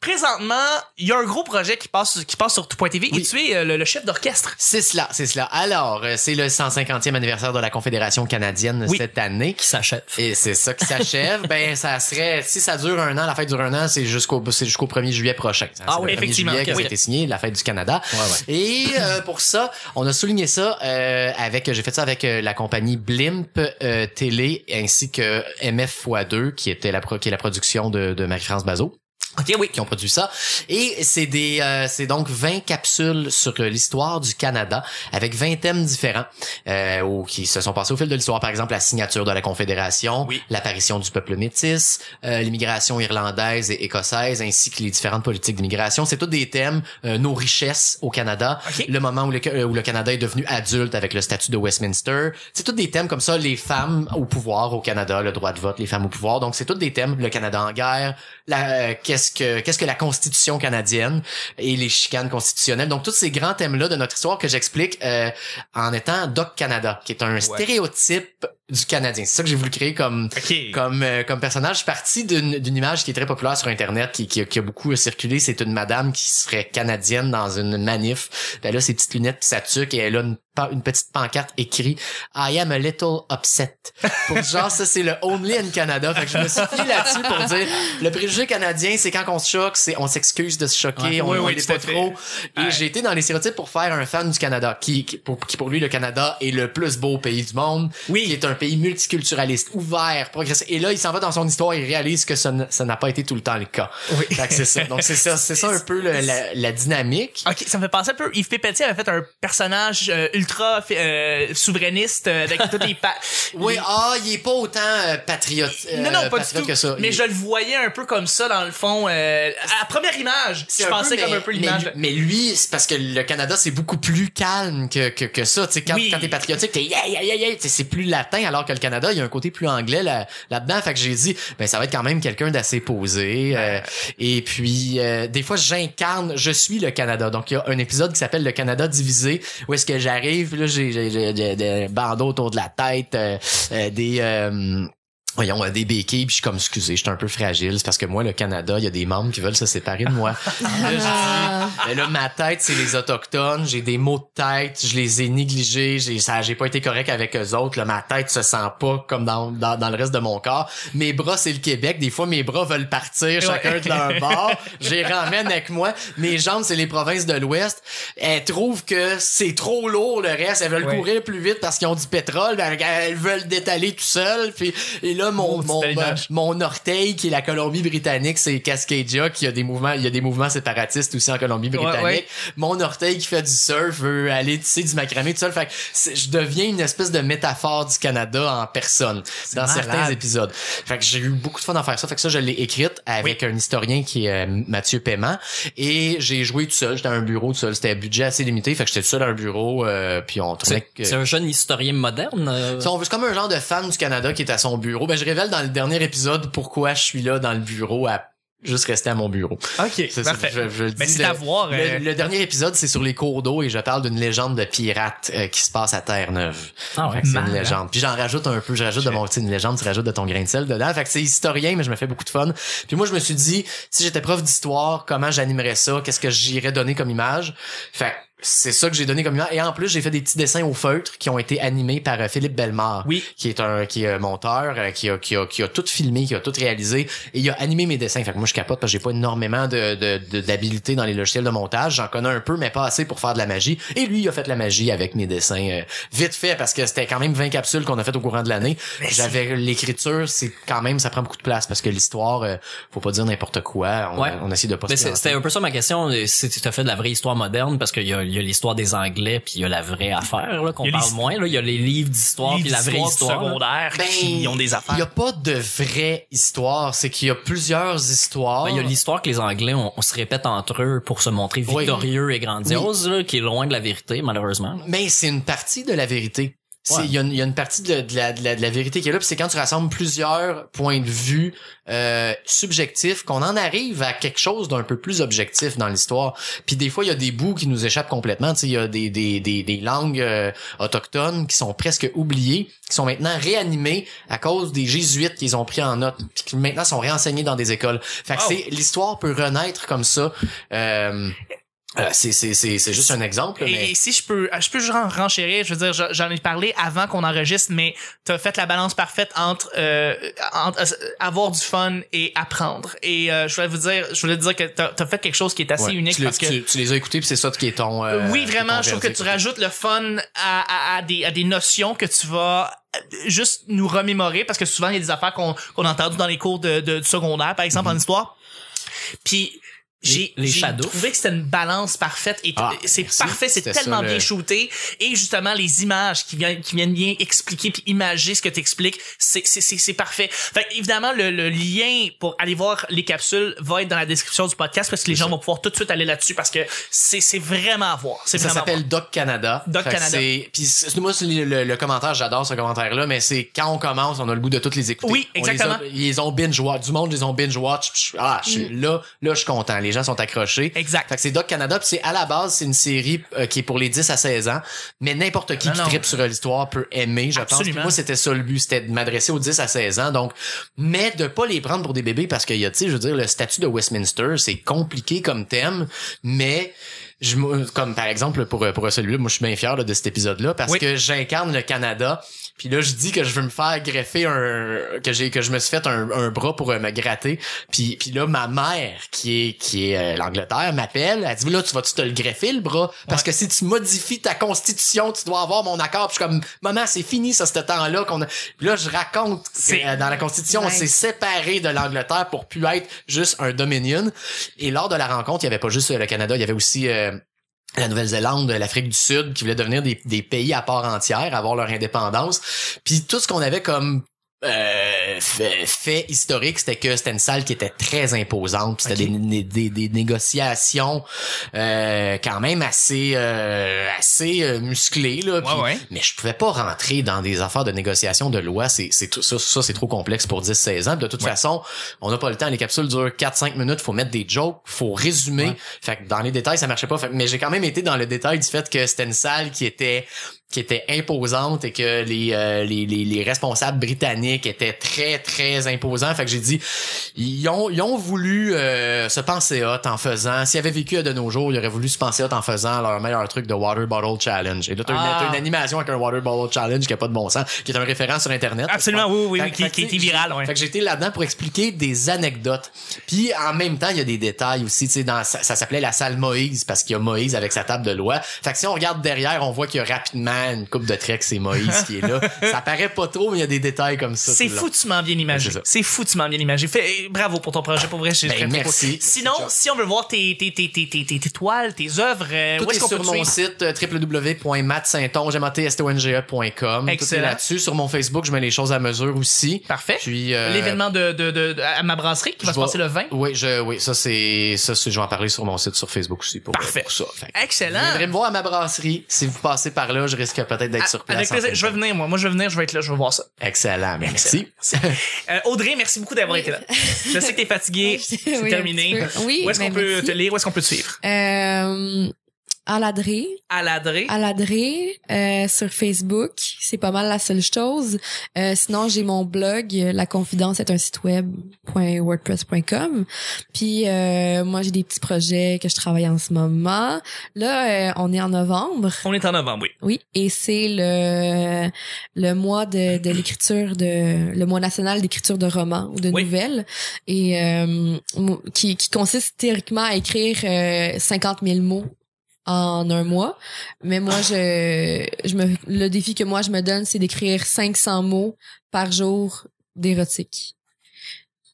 S2: Présentement, il y a un gros projet qui passe, qui passe sur tout.tv et
S4: Oui.
S2: tu es euh, le, le chef d'orchestre.
S4: C'est cela, c'est cela. Alors, euh, c'est le 150e anniversaire de la Confédération canadienne
S2: Oui.
S4: cette année.
S1: Qui s'achève.
S4: Et c'est ça qui s'achève. ben, ça serait, si ça dure un an, la fête dure un an, c'est jusqu'au, c'est jusqu'au 1er juillet prochain.
S1: Ah
S4: C'est
S1: oui,
S4: le 1er
S2: effectivement,
S4: juillet que
S2: ok,
S4: ça a
S2: oui.
S4: été signé, la fête du Canada.
S1: Ouais, ouais.
S4: Et euh, pour ça, on a souligné ça euh, avec, j'ai fait ça avec euh, la compagnie Blimp euh, Télé ainsi que MF x2 qui était la pro- qui est la production de, de Marie-France Bazot
S2: OK, oui.
S4: qui ont produit ça. Et c'est des, euh, c'est donc 20 capsules sur euh, l'histoire du Canada avec 20 thèmes différents euh, au- qui se sont passés au fil de l'histoire. Par exemple, la signature de la Confédération,
S2: Oui.
S4: l'apparition du peuple métis, euh, l'immigration irlandaise et écossaise, ainsi que les différentes politiques d'immigration. C'est tous des thèmes, euh, nos richesses au Canada,
S2: OK.
S4: le moment où le, euh, où le Canada est devenu adulte avec le statut de Westminster. C'est tous des thèmes comme ça, les femmes au pouvoir au Canada, le droit de vote, les femmes au pouvoir. Donc, c'est tous des thèmes, le Canada en guerre, la, euh, qu'est-ce que qu'est-ce que la Constitution canadienne et les chicanes constitutionnelles. Donc, tous ces grands thèmes-là de notre histoire que j'explique euh, en étant Doc Canada, qui est un stéréotype du Canadien. C'est ça que j'ai voulu créer comme
S2: OK.
S4: comme euh, comme personnage Je suis parti d'une d'une image qui est très populaire sur internet qui qui, qui a beaucoup euh, circulé c'est une madame qui serait canadienne dans une manif elle a ses petites lunettes puis ça tuque et elle a une, pa- une petite pancarte écrite I am a little upset pour genre ça c'est le only in Canada fait que je me suis fié là-dessus pour dire le préjugé canadien c'est quand on se choque c'est on s'excuse de se
S2: Ouais.
S4: choquer on
S2: Oui,
S4: on
S2: oui,
S4: l'est
S2: tout à
S4: pas
S2: fait.
S4: trop et
S2: Ouais.
S4: j'ai été dans les stéréotypes pour faire un fan du Canada qui, qui- pour qui pour lui le Canada est le plus beau pays du monde qui
S2: Oui.
S4: est un pays multiculturaliste, ouvert, progressif. Et là, il s'en va dans son histoire, il réalise que ça n- ça n'a pas été tout le temps le cas.
S2: Oui.
S4: Fait que c'est ça. Donc c'est ça, c'est ça un peu le- la, la dynamique.
S2: OK, ça me fait penser un peu. Yves Pépetier avait fait un personnage euh, ultra euh, souverainiste euh, avec toutes les pa-
S4: Oui,
S2: les-
S4: ah, il est pas autant euh, patriote, euh,
S2: non, non, pas du
S4: patriote
S2: tout.
S4: que ça.
S2: Mais
S4: Il-
S2: je le voyais un peu comme ça, dans le fond. euh, à la première image,
S4: c'est
S2: je pensais comme un peu
S4: mais,
S2: l'image.
S4: mais, mais lui, c'est parce que le Canada, c'est beaucoup plus calme que, que, que ça. Tu sais, quand,
S2: Oui.
S4: quand t'es patriotique, t'es yeah, yeah, yeah, yeah. Tu sais, c'est plus latin, alors que le Canada, il y a un côté plus anglais là, là-dedans. Fait que j'ai dit, ben, ça va être quand même quelqu'un d'assez posé. euh, et puis, euh, des fois, j'incarne, je suis le Canada. Donc, il y a un épisode qui s'appelle Le Canada divisé, où est-ce que j'arrive, puis là, j'ai j'ai- j'ai- j'ai des bandeaux autour de la tête, euh, euh, des... euh, voyons, euh, des béquilles, puis je suis comme, excusez, je suis un peu fragile. C'est parce que moi, le Canada, il y a des membres qui veulent se séparer de moi. Là, je dis,
S3: Ah.
S4: mais là, ma tête, c'est les autochtones. J'ai des maux de tête. Je les ai négligés. J'ai, ça, j'ai pas été correct avec eux autres. Là, ma tête se sent pas comme dans, dans, dans le reste de mon corps. Mes bras, c'est le Québec. Des fois, mes bras veulent partir, chacun de leur bord. J'ai ramène avec moi. Mes jambes, c'est les provinces de l'Ouest. Elles trouvent que c'est trop lourd, le reste. Elles veulent
S2: Ouais.
S4: courir plus vite parce qu'ils ont du pétrole. Ben, elles veulent détaler tout seul. Puis, et là, mon,
S2: Maudit
S4: mon, ben,
S2: pélinage.
S4: mon orteil qui est la Colombie-Britannique, c'est Cascadia qui a des mouvements, il y a des mouvements séparatistes aussi en Colombie-Britannique.
S2: Ouais, ouais.
S4: Mon orteil qui fait du surf veut aller tisser du macramé tout seul. Fait que c'est- je deviens une espèce de métaphore du Canada en personne dans
S2: malade.
S4: certains épisodes. Fait que j'ai eu beaucoup de fun à faire ça. Fait que ça, je l'ai écrite avec un historien qui est euh, Mathieu Paiement et j'ai joué tout seul. J'étais à un bureau tout seul. C'était un budget assez limité. Fait que j'étais tout seul à un bureau euh, puis on tournait.
S1: C'est c'est un jeune historien moderne. euh,
S4: Si on veut, c'est comme un genre de fan du Canada qui est à son bureau. Ben, je révèle dans le dernier épisode pourquoi je suis là dans le bureau à juste rester à mon bureau.
S2: Ok,
S4: Ça, c'est-
S2: parfait.
S4: je- je le
S2: Mais
S4: dis,
S2: c'est
S4: le-
S2: à voir.
S4: Le,
S2: euh,
S4: le dernier épisode, c'est sur les cours d'eau et je parle d'une légende de pirate euh, qui se passe à Terre-Neuve.
S1: Ah ouais.
S4: Fait que c'est une
S2: malade.
S4: légende. Puis j'en rajoute un peu, je rajoute de mon tu sais, une légende, tu rajoutes de ton grain de sel dedans. Fait que c'est historien, mais je me fais beaucoup de fun. Puis moi, je me suis dit, si j'étais prof d'histoire, comment j'animerais ça? Qu'est-ce que j'irais donner comme image? Fait que c'est ça que j'ai donné comme image. Et en plus, j'ai fait des petits dessins au feutre qui ont été animés par euh, Philippe Bellemare
S2: Oui.
S4: qui est un qui est un monteur euh, qui a, qui a qui a tout filmé qui a tout réalisé et il a animé mes dessins fait que moi je capote parce que j'ai pas énormément de de- de- d'habileté dans les logiciels de montage j'en connais un peu mais pas assez pour faire de la magie et lui il a fait de la magie avec mes dessins euh, vite fait parce que c'était quand même 20 capsules qu'on a faites au courant de l'année j'avais l'écriture c'est quand même ça prend beaucoup de place parce que l'histoire euh, faut pas dire n'importe quoi on,
S1: Ouais.
S4: on essaie de pas hein.
S1: Mais
S4: se
S1: c'est- c'était un peu ça ma question, euh, si tu as fait de la vraie histoire moderne, parce qu'il y a, il y a l'histoire des Anglais, puis il y a la vraie affaire là,
S2: Il y
S1: qu'on
S2: a
S1: parle
S2: l'his-
S1: moins. Là. Il y a les livres d'histoire, puis la vraie histoire. là.
S2: secondaire
S4: Ben,
S2: qui ont des
S4: il y
S2: affaires.
S4: a pas de vraie histoire c'est qu'il y a plusieurs histoires
S1: Ben, Il y a l'histoire que les Anglais, on, on se répète entre eux pour se montrer
S4: Oui.
S1: victorieux et grandiose, là, qui est loin de la vérité, malheureusement.
S2: Hein?
S4: Mais c'est une partie de la vérité. C'est-
S1: Ouais.
S4: Il y, a une- il y a une partie de, de la, de, la, de la vérité qui est là, puis c'est quand tu rassembles plusieurs points de vue euh, subjectifs qu'on en arrive à quelque chose d'un peu plus objectif dans l'histoire. Puis des fois, il y a des bouts qui nous échappent complètement. Tu sais, Il y a des, des, des, des langues euh, autochtones qui sont presque oubliées, qui sont maintenant réanimées à cause des jésuites qu'ils ont pris en note, puis qui maintenant sont réenseignés dans des écoles. Fait que
S2: Wow.
S4: c'est l'histoire peut renaître comme ça. Euh, euh, c'est c'est- c'est- c'est juste un exemple.
S2: Et,
S4: mais...
S2: et si je peux, je peux ren- renchérir, je veux dire, je- j'en ai parlé avant qu'on enregistre, mais t'as fait la balance parfaite entre, euh, entre, euh, avoir du fun et apprendre. Et euh, je voulais vous dire, je voulais dire que t'as as fait quelque chose qui est assez
S4: Ouais.
S2: unique
S4: tu, le-
S2: parce que
S4: tu, tu les as écoutés puis c'est ça qui est ton euh,
S2: oui,
S4: qui est
S2: vraiment,
S4: ton
S2: je trouve que
S4: verdict.
S2: tu rajoutes le fun à, à, à des, à des notions que tu vas euh, juste nous remémorer parce que souvent, il y a des affaires qu'on qu'on a entendues dans les cours de, de, du secondaire, par
S4: Mhm.
S2: exemple, en histoire. Puis, j'ai
S1: Les- les
S2: j'ai
S1: shadows.
S2: trouvé que c'était une balance parfaite et t-
S4: Ah,
S2: c'est
S4: merci.
S2: parfait, c'est
S4: C'était
S2: tellement
S4: ça, le-
S2: bien shooté et justement les images qui viennent qui viennent bien expliquer puis imager ce que t'expliques, c'est c'est c'est c'est parfait. Fait que, évidemment le, le lien pour aller voir les capsules va être dans la description du podcast parce que les gens vont pouvoir tout de suite aller là-dessus parce que c'est c'est vraiment à voir. C'est
S4: ça
S2: vraiment à voir.
S4: s'appelle Doc Canada.
S2: Doc
S4: Fait que
S2: Canada.
S4: c'est- Puis c'est- moi, c'est le, le- le commentaire, j'adore ce commentaire-là, mais c'est quand on commence, on a le goût de toutes les écouter.
S2: Oui,
S4: On les a-
S2: exactement. Mm.
S4: ils ont binge-watch. Du monde, ils ont binge-watch. Puis je- Ah, je suis là, là, je suis content. Les gens sont accrochés.
S2: Exact.
S4: Fait que c'est Doc Canada, puis c'est à la base, c'est une série euh, qui est pour les 10 à 16 ans, mais n'importe qui
S2: Non,
S4: qui
S2: non.
S4: tripe sur l'histoire peut aimer, je pense.
S2: Absolument.
S4: Puis Moi, c'était ça le but, c'était de m'adresser aux 10 à 16 ans, donc, mais de pas les prendre pour des bébés parce qu'il y a, tu sais, je veux dire, le statut de Westminster, c'est compliqué comme thème, mais je, me- comme par exemple pour euh, pour celui-là, moi je suis bien fier là, de cet épisode-là parce
S2: Oui.
S4: que j'incarne le Canada. Puis là je dis que je veux me faire greffer un que j'ai que je me suis fait un, un bras pour euh, me gratter. Puis puis là ma mère qui est qui est euh, l'Angleterre m'appelle, elle dit là tu vas tu te le greffer le bras parce que si tu modifies ta constitution, tu dois avoir mon accord. Puis je suis comme maman, c'est fini ça ce temps-là qu'on a... Puis là je raconte que,
S2: C'est-
S4: euh, dans la constitution, on
S3: Ouais.
S4: s'est séparé de l'Angleterre pour plus être juste un dominion. Et lors de la rencontre, il y avait pas juste euh, le Canada, il y avait aussi euh, la Nouvelle-Zélande, euh, l'Afrique du Sud, qui voulaient devenir des, des pays à part entière, avoir leur indépendance. Puis tout ce qu'on avait comme euh, fait, fait historique, c'était que c'était une salle qui était très imposante. puis C'était des, des, des- des négociations euh, quand même assez euh, assez euh, musclées. Là, Puis-
S2: ouais.
S4: mais je pouvais pas rentrer dans des affaires de négociation de loi, c'est c'est tout ça ça c'est trop complexe pour 10 16 ans. Puis De toute façon, on n'a pas le temps, les capsules durent 4 5 minutes, faut mettre des jokes, faut résumer. Fait que dans les détails, ça marchait pas. Fait que- mais j'ai quand même été dans le détail du fait que c'était une salle qui était qui était imposante et que les, euh, les, les, les responsables britanniques étaient très, très imposants. Fait que j'ai dit, ils ont, ils ont voulu euh, se penser hot en faisant, s'ils avaient vécu à de nos jours, ils auraient voulu se penser hot en faisant leur meilleur truc de Water Bottle Challenge. Et là, t'as une-
S1: Ah.
S4: t'as une, animation avec un Water Bottle Challenge qui a pas de bon sens, qui est un référent sur Internet.
S2: Absolument, oui, oui, oui, qui-
S4: que,
S2: qui
S4: tu sais,
S2: était viral, ouais.
S4: Fait que j'étais là-dedans pour expliquer des anecdotes. Puis en même temps, il y a des détails aussi. Tu sais, dans, ça, ça s'appelait la salle Moïse parce qu'il y a Moïse avec sa table de loi. Fait que si on regarde derrière, on voit qu'il y a rapidement une coupe de trek, c'est Moïse qui est là. Ça paraît pas trop, mais il y a des détails comme ça.
S2: C'est
S4: tout le long.
S2: foutument bien imagé.
S4: C'est ça.
S2: C'est foutument bien imagé. Fait, eh, bravo pour ton projet. Pour vrai, j'ai
S4: Ben,
S2: très, très
S4: merci.
S2: cool. Sinon,
S4: Merci, Jeff.
S2: si on veut voir tes, tes, tes, tes, tes, tes, tes toiles, tes œuvres, euh,
S4: Tout
S2: où
S4: est
S2: est-ce qu'on peut
S4: sur
S2: te
S4: mon
S2: suivre?
S4: site euh, www.matsainstonge.com. E Tout est
S2: Excellent.
S4: là-dessus. Sur mon Facebook, je mets les choses à mesure aussi.
S2: Parfait.
S4: Puis euh,
S2: L'événement de, de, de, à ma brasserie qui va
S4: je
S2: se
S4: vais-
S2: passer le 20.
S4: Oui, je, oui, ça c'est, ça c'est, je vais en parler sur mon site sur Facebook aussi pour,
S2: Parfait.
S4: pour ça. Fait que-
S2: Excellent.
S4: Vous viendrez me voir à ma brasserie. Si vous passez par là, je risque peut-être d'être
S2: Ah,
S4: sur place.
S2: Avec
S4: en
S2: plaisir.
S4: fin de
S2: Je vais
S4: temps.
S2: venir, moi. Moi, je vais venir, je vais être là, je vais voir ça.
S4: Excellent, merci.
S2: Euh, Audrey, merci beaucoup d'avoir été là. Je sais que t'es fatiguée. C'est
S3: Oui, un
S2: terminé.
S3: petit peu. Oui,
S2: Où est-ce
S3: ben
S2: qu'on peut
S3: merci.
S2: te lire? Où est-ce qu'on peut te suivre?
S3: Euh, Aladré,
S2: Aladré.
S3: Aladré euh, sur Facebook, c'est pas mal la seule chose. Euh, sinon, j'ai mon blog, euh, la confidence est un site web.wordpress.com. Puis euh, moi, j'ai des petits projets que je travaille en ce moment. Là, euh, on est en novembre,
S2: On est en novembre, oui.
S3: oui, et c'est le le mois de, de l'écriture de le mois national d'écriture de romans ou de
S2: Oui.
S3: nouvelles et euh, mo- qui qui consiste théoriquement à écrire euh, 50 000 mots en un mois. Mais moi, je, je me, le défi que moi, je me donne, c'est d'écrire 500 mots par jour d'érotique.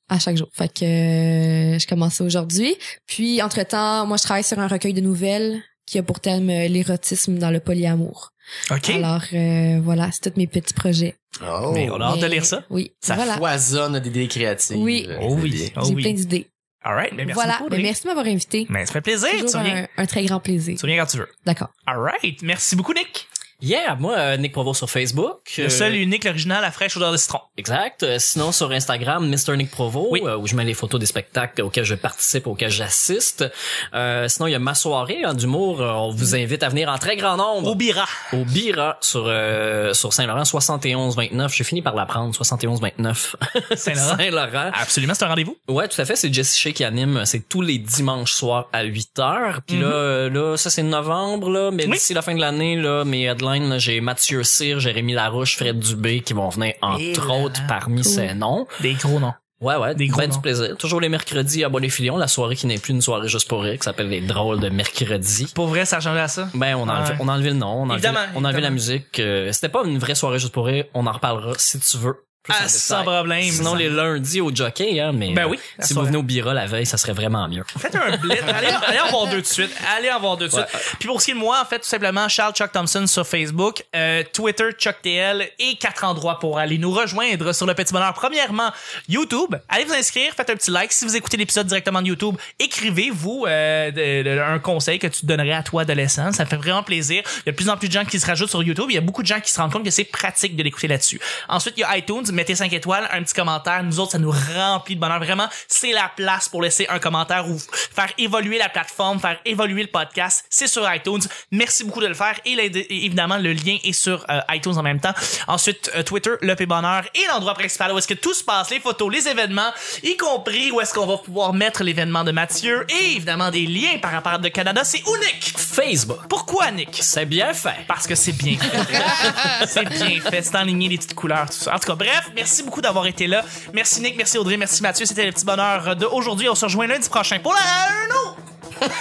S3: À chaque jour. Fait que euh, je commence ça aujourd'hui. Puis, entre-temps, moi, je travaille sur un recueil de nouvelles qui a pour thème euh, l'érotisme dans le polyamour.
S2: OK.
S3: Alors, euh, voilà, c'est tous mes petits projets.
S4: Oh.
S2: Mais on a hâte de
S3: Mais-
S2: lire ça.
S3: Oui,
S4: Ça
S3: voilà.
S4: foisonne d'idées créatives. euh,
S3: Oui.
S2: Oh oui. Oh
S3: J'ai plein
S2: oui.
S3: d'idées.
S2: All right. Mais merci
S3: voilà,
S2: beaucoup,
S3: Mais
S2: Audrey.
S3: merci de m'avoir invité.
S2: Mais ça fait plaisir. Tu
S3: Toujours
S2: reviens,
S3: un, un très grand plaisir.
S2: tu reviens quand tu veux.
S3: D'accord.
S2: All right. Merci beaucoup, Nick.
S1: Yeah, moi, euh, Nick Provo sur Facebook.
S2: Le
S1: Euh,
S2: seul, unique, l'original, la fraîche odeur de citron.
S1: Exact. Euh, Sinon, sur Instagram, Mr. Nick Provo,
S2: Oui.
S1: euh, où je mets les photos des spectacles auxquels je participe, auxquels j'assiste. Euh, sinon, il y a ma soirée en d'humour. Euh, On vous invite à venir en très grand nombre
S2: Au bira.
S1: au Bira sur euh, sur Saint-Laurent 71-29. J'ai fini par l'apprendre, 71-29.
S2: Saint-Laurent.
S1: Saint-Laurent.
S2: Absolument, c'est un rendez-vous.
S1: Ouais, tout à fait. C'est Jesse Shea qui anime. C'est tous les dimanches soirs à 8 heures. Puis là, euh, là, ça c'est novembre là, mais
S2: Mhm. Oui.
S1: d'ici la fin de l'année là, mes headlines, là, j'ai Mathieu Cyr, Jérémy Larouche, Fred Dubé qui vont venir
S2: Et
S1: entre
S2: Eh là.
S1: autres parmi
S3: Cool.
S1: ces noms.
S2: Des gros noms.
S1: Ouais, ouais,
S2: Des gros
S1: ben
S2: noms.
S1: du plaisir. Toujours les mercredis à Bonnet-Filion, la soirée qui n'est plus une soirée juste pour rire, qui s'appelle les drôles de mercredis.
S2: Pour vrai, ça ressemble à ça.
S1: Ben, on a, enlevé,
S2: Ouais.
S1: on a enlevé le nom, on a enlevé,
S2: Évidemment,
S1: on a enlevé
S2: évidemment.
S1: la musique. euh, C'était pas une vraie soirée juste pour rire, on en reparlera si tu veux. plus en
S2: Ah, sans
S1: détail.
S2: problème.
S1: Sinon, les lundis au jockey, hein, mais
S2: Ben
S1: euh,
S2: oui, la
S1: si vous
S2: soirée.
S1: venez au Bira la veille, ça serait vraiment mieux.
S2: Faites un blitz. Allez, allez en voir deux de suite. Allez en voir deux de suite. Puis pour ce qui est de moi, en fait, tout simplement, Charles Chuck Thompson sur Facebook, euh, Twitter, Chuck TL et quatre endroits pour aller nous rejoindre sur le Petit Bonheur. Premièrement, YouTube. Allez vous inscrire, faites un petit like. Si vous écoutez l'épisode directement de YouTube, écrivez-vous euh, de- de- un conseil que tu donnerais à toi, adolescent. Ça me fait vraiment plaisir. Il y a de plus en plus de gens qui se rajoutent sur YouTube. Il y a beaucoup de gens qui se rendent compte que c'est pratique de l'écouter là-dessus. Ensuite, il y a iTunes. Mettez 5 étoiles, un petit commentaire. Nous autres, ça nous remplit de bonheur. Vraiment, c'est la place pour laisser un commentaire ou faire évoluer la plateforme, faire évoluer le podcast. C'est sur iTunes. Merci beaucoup de le faire. Et l'aide- et évidemment, le lien est sur euh, iTunes en même temps. Ensuite, euh, Twitter, le P Bonheur et l'endroit principal où est-ce que tout se passe, les photos, les événements, y compris où est-ce qu'on va pouvoir mettre l'événement de Mathieu et évidemment des liens par rapport à de Canada. C'est unique.
S1: Facebook,
S2: Pourquoi, Nick?
S1: c'est bien fait.
S2: Parce que c'est bien fait. c'est bien fait. C'est enligné les petites couleurs, tout ça. En tout cas, bref, merci beaucoup d'avoir été là. Merci Nick, merci Audrey, merci Mathieu. C'était le petit bonheur d'aujourd'hui. On se rejoint lundi prochain pour la un autre.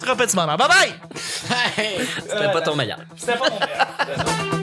S2: Très petit bonheur. Bye bye!
S1: C'était pas ton meilleur.
S2: C'était pas mon père.